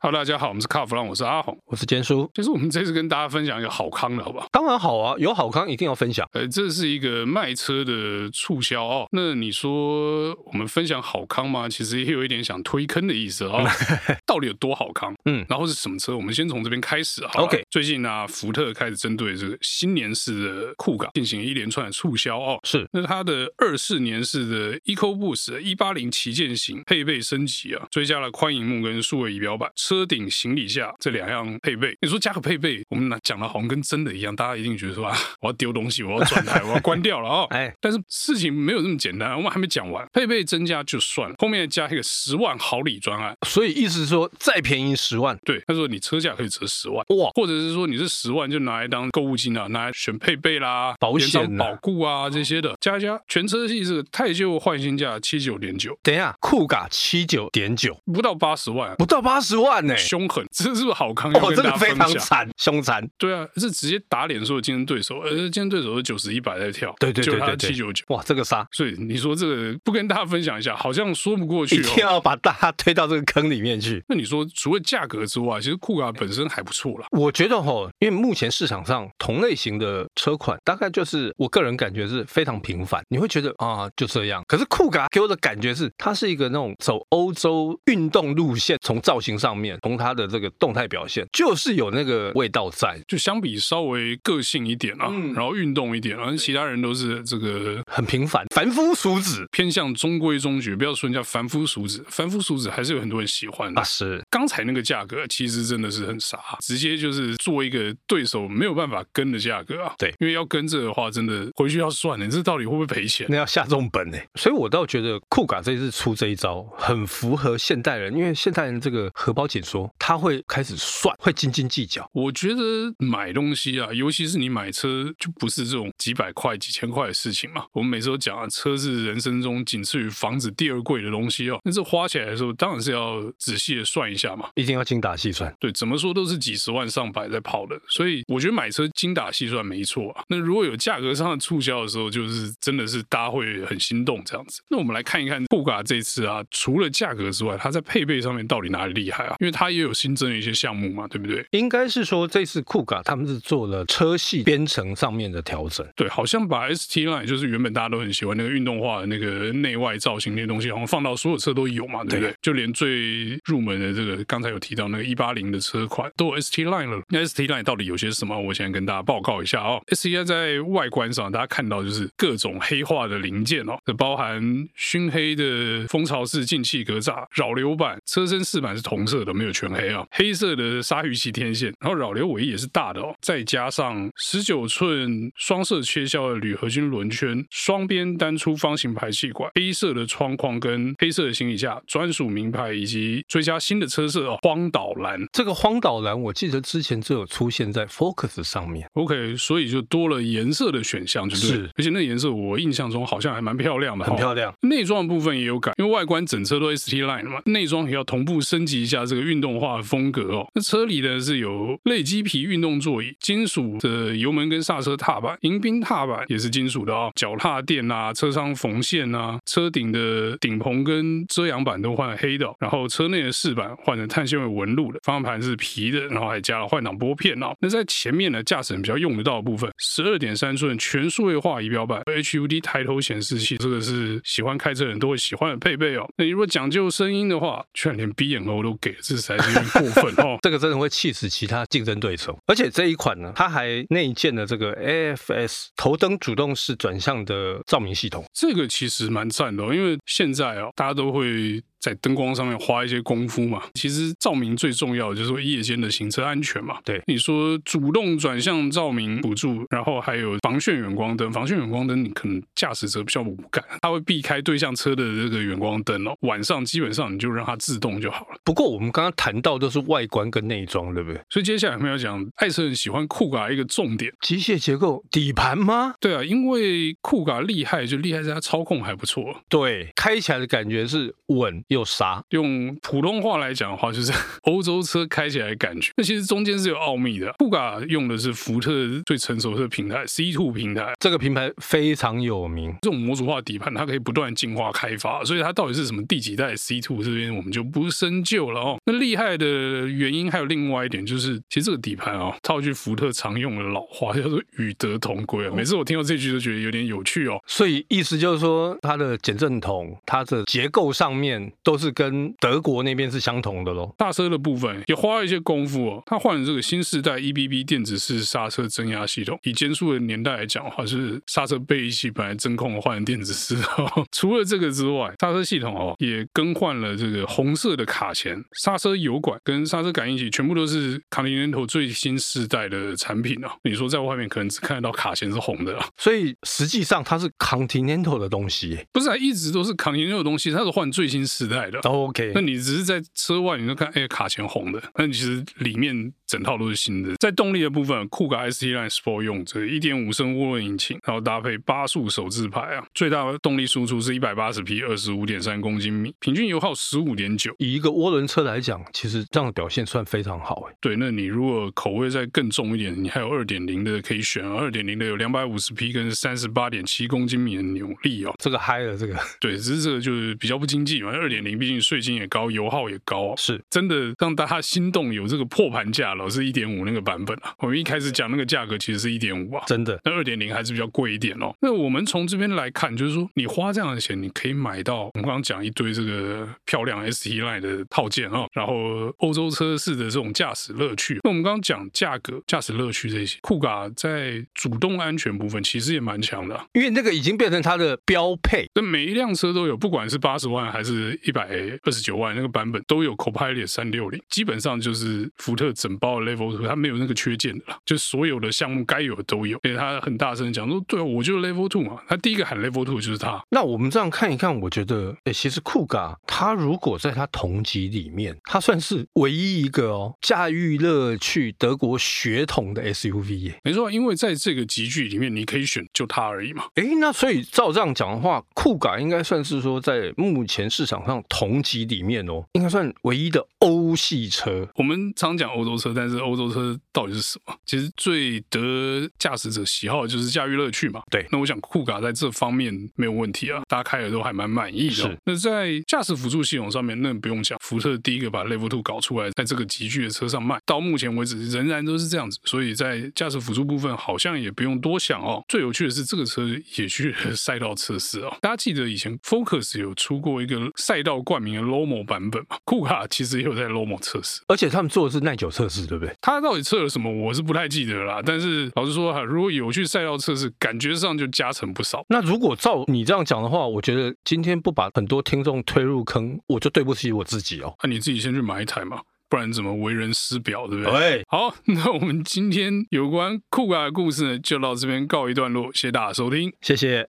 Hello，大家好，我们是卡弗朗，我是阿红。我是坚叔，就是我们这次跟大家分享一个好康的，好不好？当然好啊，有好康一定要分享。呃，这是一个卖车的促销哦。那你说我们分享好康吗？其实也有一点想推坑的意思 哦。到底有多好康？嗯然后是什么车？我们先从这边开始好了 OK 最近呢、啊福特开始针对这个新年式的酷卡进行一连串的促销哦。是那它的二四年式的 EcoBoost 一八零旗舰型配备升级啊，追加了宽银幕跟数位仪表板、车顶行李架这两样配备。你说加个配备，我们拿讲的好像跟真的一样，大家一定觉得说啊， 我要丢东西，我要转台，我要关掉了哦。哎但是事情没有那么简单，我们还没讲完。配备增加就算了，后面加一个十万毫礼专案，所以意思是说，再便宜十万，对，他说你车价可以折十万，哇，或者是说你这十万就拿来当购物金啊，拿来选配备啦、保险啊延长保固啊这些的，加一加，全车系是太旧换新价七九点九，等一下，酷嘎七九点九，不到八十万啊。不到八十万呢、凶狠，这是不是好康？要哎哦，跟真大的家非分常享。惨，凶残。对啊，是直接打脸所有竞争对手，而竞争对手是九十一百在跳，对对对就他对对七九九。哇，这个杀，所以你说这个不跟大家分享一下，好像说不过一去定哦。要把大家推到这个坑里面去。那你说除了价格之外，其实酷卡本身还不错啦。我觉得吼，因为目前市场上同类型的车款，大概就是我个人感觉是非常平凡，你会觉得啊就这样。可是酷咖给我的感觉是，它是一个那种走欧洲运动路线，从造型上面，从它的这个动态表现，就是有那个味道在，就相比稍微个性一点啊，嗯然后运动一点啊，其他人都是这个很平凡，凡夫俗子偏向中规中矩，不要说人家凡夫俗子，凡夫俗子还是有很多人喜欢的啊。是。刚才那个价格其实真的是很傻，直接就是做一个对手没有办法跟的价格啊。对因为要跟这的话，真的回去要算的，这到底会不会赔钱？那要下重本呢、欸所以我倒觉得酷嘎这次出这一招很符合现代人，因为现代人这个荷包紧缩，他会开始算，会斤斤计较。我觉得买东西啊，尤其是你买车，就不是这种几百块、几千块的事情嘛。我们每次都讲啊，车是人生中仅次于房子第二贵的东西哦。那这花起来的时候，当然是要仔细的算一下嘛。一定要精打细算，对，怎么说都是几十万上百在跑的，所以我觉得买车精打细算没错啊。那如果有价格上的促销的时候，就是真的是大家会很心动这样子。那我们来看一看酷卡这次啊，除了价格之外，它在配备上面到底哪里厉害啊？因为它也有新增了一些项目嘛，对不对？应该是说这次酷嘎他们是做了车系编程上面的调整，对，好像把 ST Line 就是原本大家都很喜欢那个运动化的那个内外造型那些东西，好像放到所有车都有嘛，对不对？对就连最入门的这个刚才有提到那个一八零的车款都有 ST Line 了。那 ST Line 到底有些什么？我先跟大家报告一下哦。ST Line 在外观上，大家看到就是各种黑化的零件哦，这包含熏黑的蜂巢式进气格栅、扰流板、车身饰板是同色的，没有全黑啊、黑色的鲨鱼鳍天线，然后扰流尾也是大的哦，再加上十九寸双色切削的铝合金轮圈，双边单出方形排气管，黑色的窗框跟黑色的行李架，专属名牌以及追加新的车色哦，荒岛蓝。这个荒岛蓝，我记得之前就有出现在 Focus 上面， OK，所以就多了颜色的选项，就是是，而且那个颜色我印象中好像还蛮漂亮的、哦很漂。亮。。内装的部分也有改，因为外观整车都 ST Line 嘛，内装也要同步升级一下这个运动化的风格哦。那车里呢是有类麂皮运动座椅、金属的油门跟刹车踏板、迎宾踏板也是金属的哦，脚踏垫啊、车窗缝线啊、车顶的顶棚跟遮阳板都换了黑的哦、然后车内的饰板换成碳纤维纹路的，方向盘是皮的，然后还加了换挡拨片哦。那在前面呢，驾驶人比较用得到的部分，十二点三寸全数位化仪表板、HUD 抬头显示器，这个是喜欢开车人都会喜欢的配备哦。那你如果讲究声音的话，居然连 B 眼 O 都给了，这实在是有点过分哦这个真的会气死其他竞争对手，而且这一款呢，它还内建了这个 AFS 头灯主动式转向的照明系统。这个其实蛮赞的、哦，因为现在哦，大家都会在灯光上面花一些功夫嘛。其实照明最重要的就是说夜间的行车安全嘛。对你说主动转向照明辅助，然后还有防眩远光灯，防眩远光灯你可能驾驶者比较无感，它会避开对向车的这个远光灯哦。晚上基本上你就让它自动就好了。不过我们刚刚谈到都是外观跟内装，对不对？所以接下来我们要讲爱车人喜欢酷卡一个重点。机械结构、底盘吗？对啊，因为酷卡厉害就厉害在它操控还不错，哦对，开起来的感觉是稳，又杀，用普通话来讲的话，就是 欧洲车开起来的感觉。那其实中间是有奥秘的。酷卡用的是福特最成熟的平台 C Two 平台，这个品牌非常有名。这种模组化底盘，它可以不断进化开发，所以它到底是什么第几代 C two 这边我们就不深究了哦。那厉害的原因还有另外一点，就是其实这个底盘哦，套一句福特常用的老话，叫做与德同归啊。每次我听到这句都觉得有点有趣哦。所以意思就是说，它的减震筒、它的结构上面都是跟德国那边是相同的咯。刹车的部分也花了一些功夫哦，它换了这个新世代 EBB 电子式刹车增压系统。以减速的年代来讲的话，是刹车背离器本来真空换成电子式哦。 除了这个之外，刹车系统哦也更换了这个红色的卡钳、刹车油管跟刹车感应器，全部都是 Continental 最新世代的产品哦。你说在外面可能只看得到卡钳是红的啊，所以实际上它是 Continental 的东西耶。不是啊，一直都是 Continental 的东西，它是换最新世代的。哦 OK，那你只是在车外，你就看哎、卡钳红的，那其实里面整套都是新的。在动力的部分，酷卡 ST Line Sport 用这一点五升涡轮引擎，然后搭配八速手自排啊，最大的动力输出是一百八十匹，二十五点三公斤米，平均油耗十五点九。以一个涡轮车来讲，其实这样的表现算非常好哎。对，那你如果口味再更重一点，你还有二点零的可以选，啊二点零的有两百五十匹跟三十八点七公斤米的扭力哦。这个嗨了，这个对，只是这个就是比较不经济嘛，二点零毕竟税金也高，油耗也高、哦，是真的让大家心动有这个破盘价了，是一点五那个版本啊。我们一开始讲那个价格其实是一点五啊，真的。那二点零还是比较贵一点哦。那我们从这边来看，就是说你花这样的钱，你可以买到我们刚刚讲一堆这个漂亮 ST Line 的套件啊、哦，然后欧洲车式的这种驾驶乐趣。那我们刚刚讲价格、驾驶乐趣这些，酷卡在主动安全部分其实也蛮强的啊、因为那个已经变成它的标配，那每一辆车都有，不管是八十万还是一百二十九万那个版本，都有 Copilot 三六零，基本上就是福特整包的 Level Two，它没有那个缺件的啦，就所有的项目该有的都有。而且它很大声地讲说，对啊，我就是 Level Two 嘛，它第一个喊 Level Two 就是它。那我们这样看一看，我觉得，诶、其实酷嘎它如果在它同级里面，它算是唯一一个哦驾驭乐趣德国血统的 SUV 耶。没错啊，因为在这个集聚里面，你可以选就它而已嘛。诶，那所以照这样讲的话，酷嘎应该算是说在目前市场上同级里面哦，应该算唯一的欧系车。我们常讲欧洲车，但是欧洲车到底是什么？其实最得驾驶者喜好的就是驾驭乐趣嘛。对那我想酷卡在这方面没有问题啊，大家开的都还蛮满意的哦、是那在驾驶辅助系统上面，那不用讲，福特第一个把 Level Two 搞出来，在这个集聚的车上卖，到目前为止仍然都是这样子，所以在驾驶辅助部分好像也不用多想哦。最有趣的是这个车也去赛道测试哦，大家记得以前 Focus 有出过一个赛道冠名的 Lomo 版本嘛，酷卡其实也有在 Lomo 测试。而且他们做的是耐久测试，对不对？他到底测了什么，我是不太记得了啦。但是老实说哈，如果有去赛道测试，感觉上就加成不少。那如果照你这样讲的话，我觉得今天不把很多听众推入坑，我就对不起我自己哦。啊那、你自己先去买一台嘛，不然怎么为人师表，对不对？喂，好，那我们今天有关酷咖的故事呢，就到这边告一段落，谢谢大家收听。谢谢。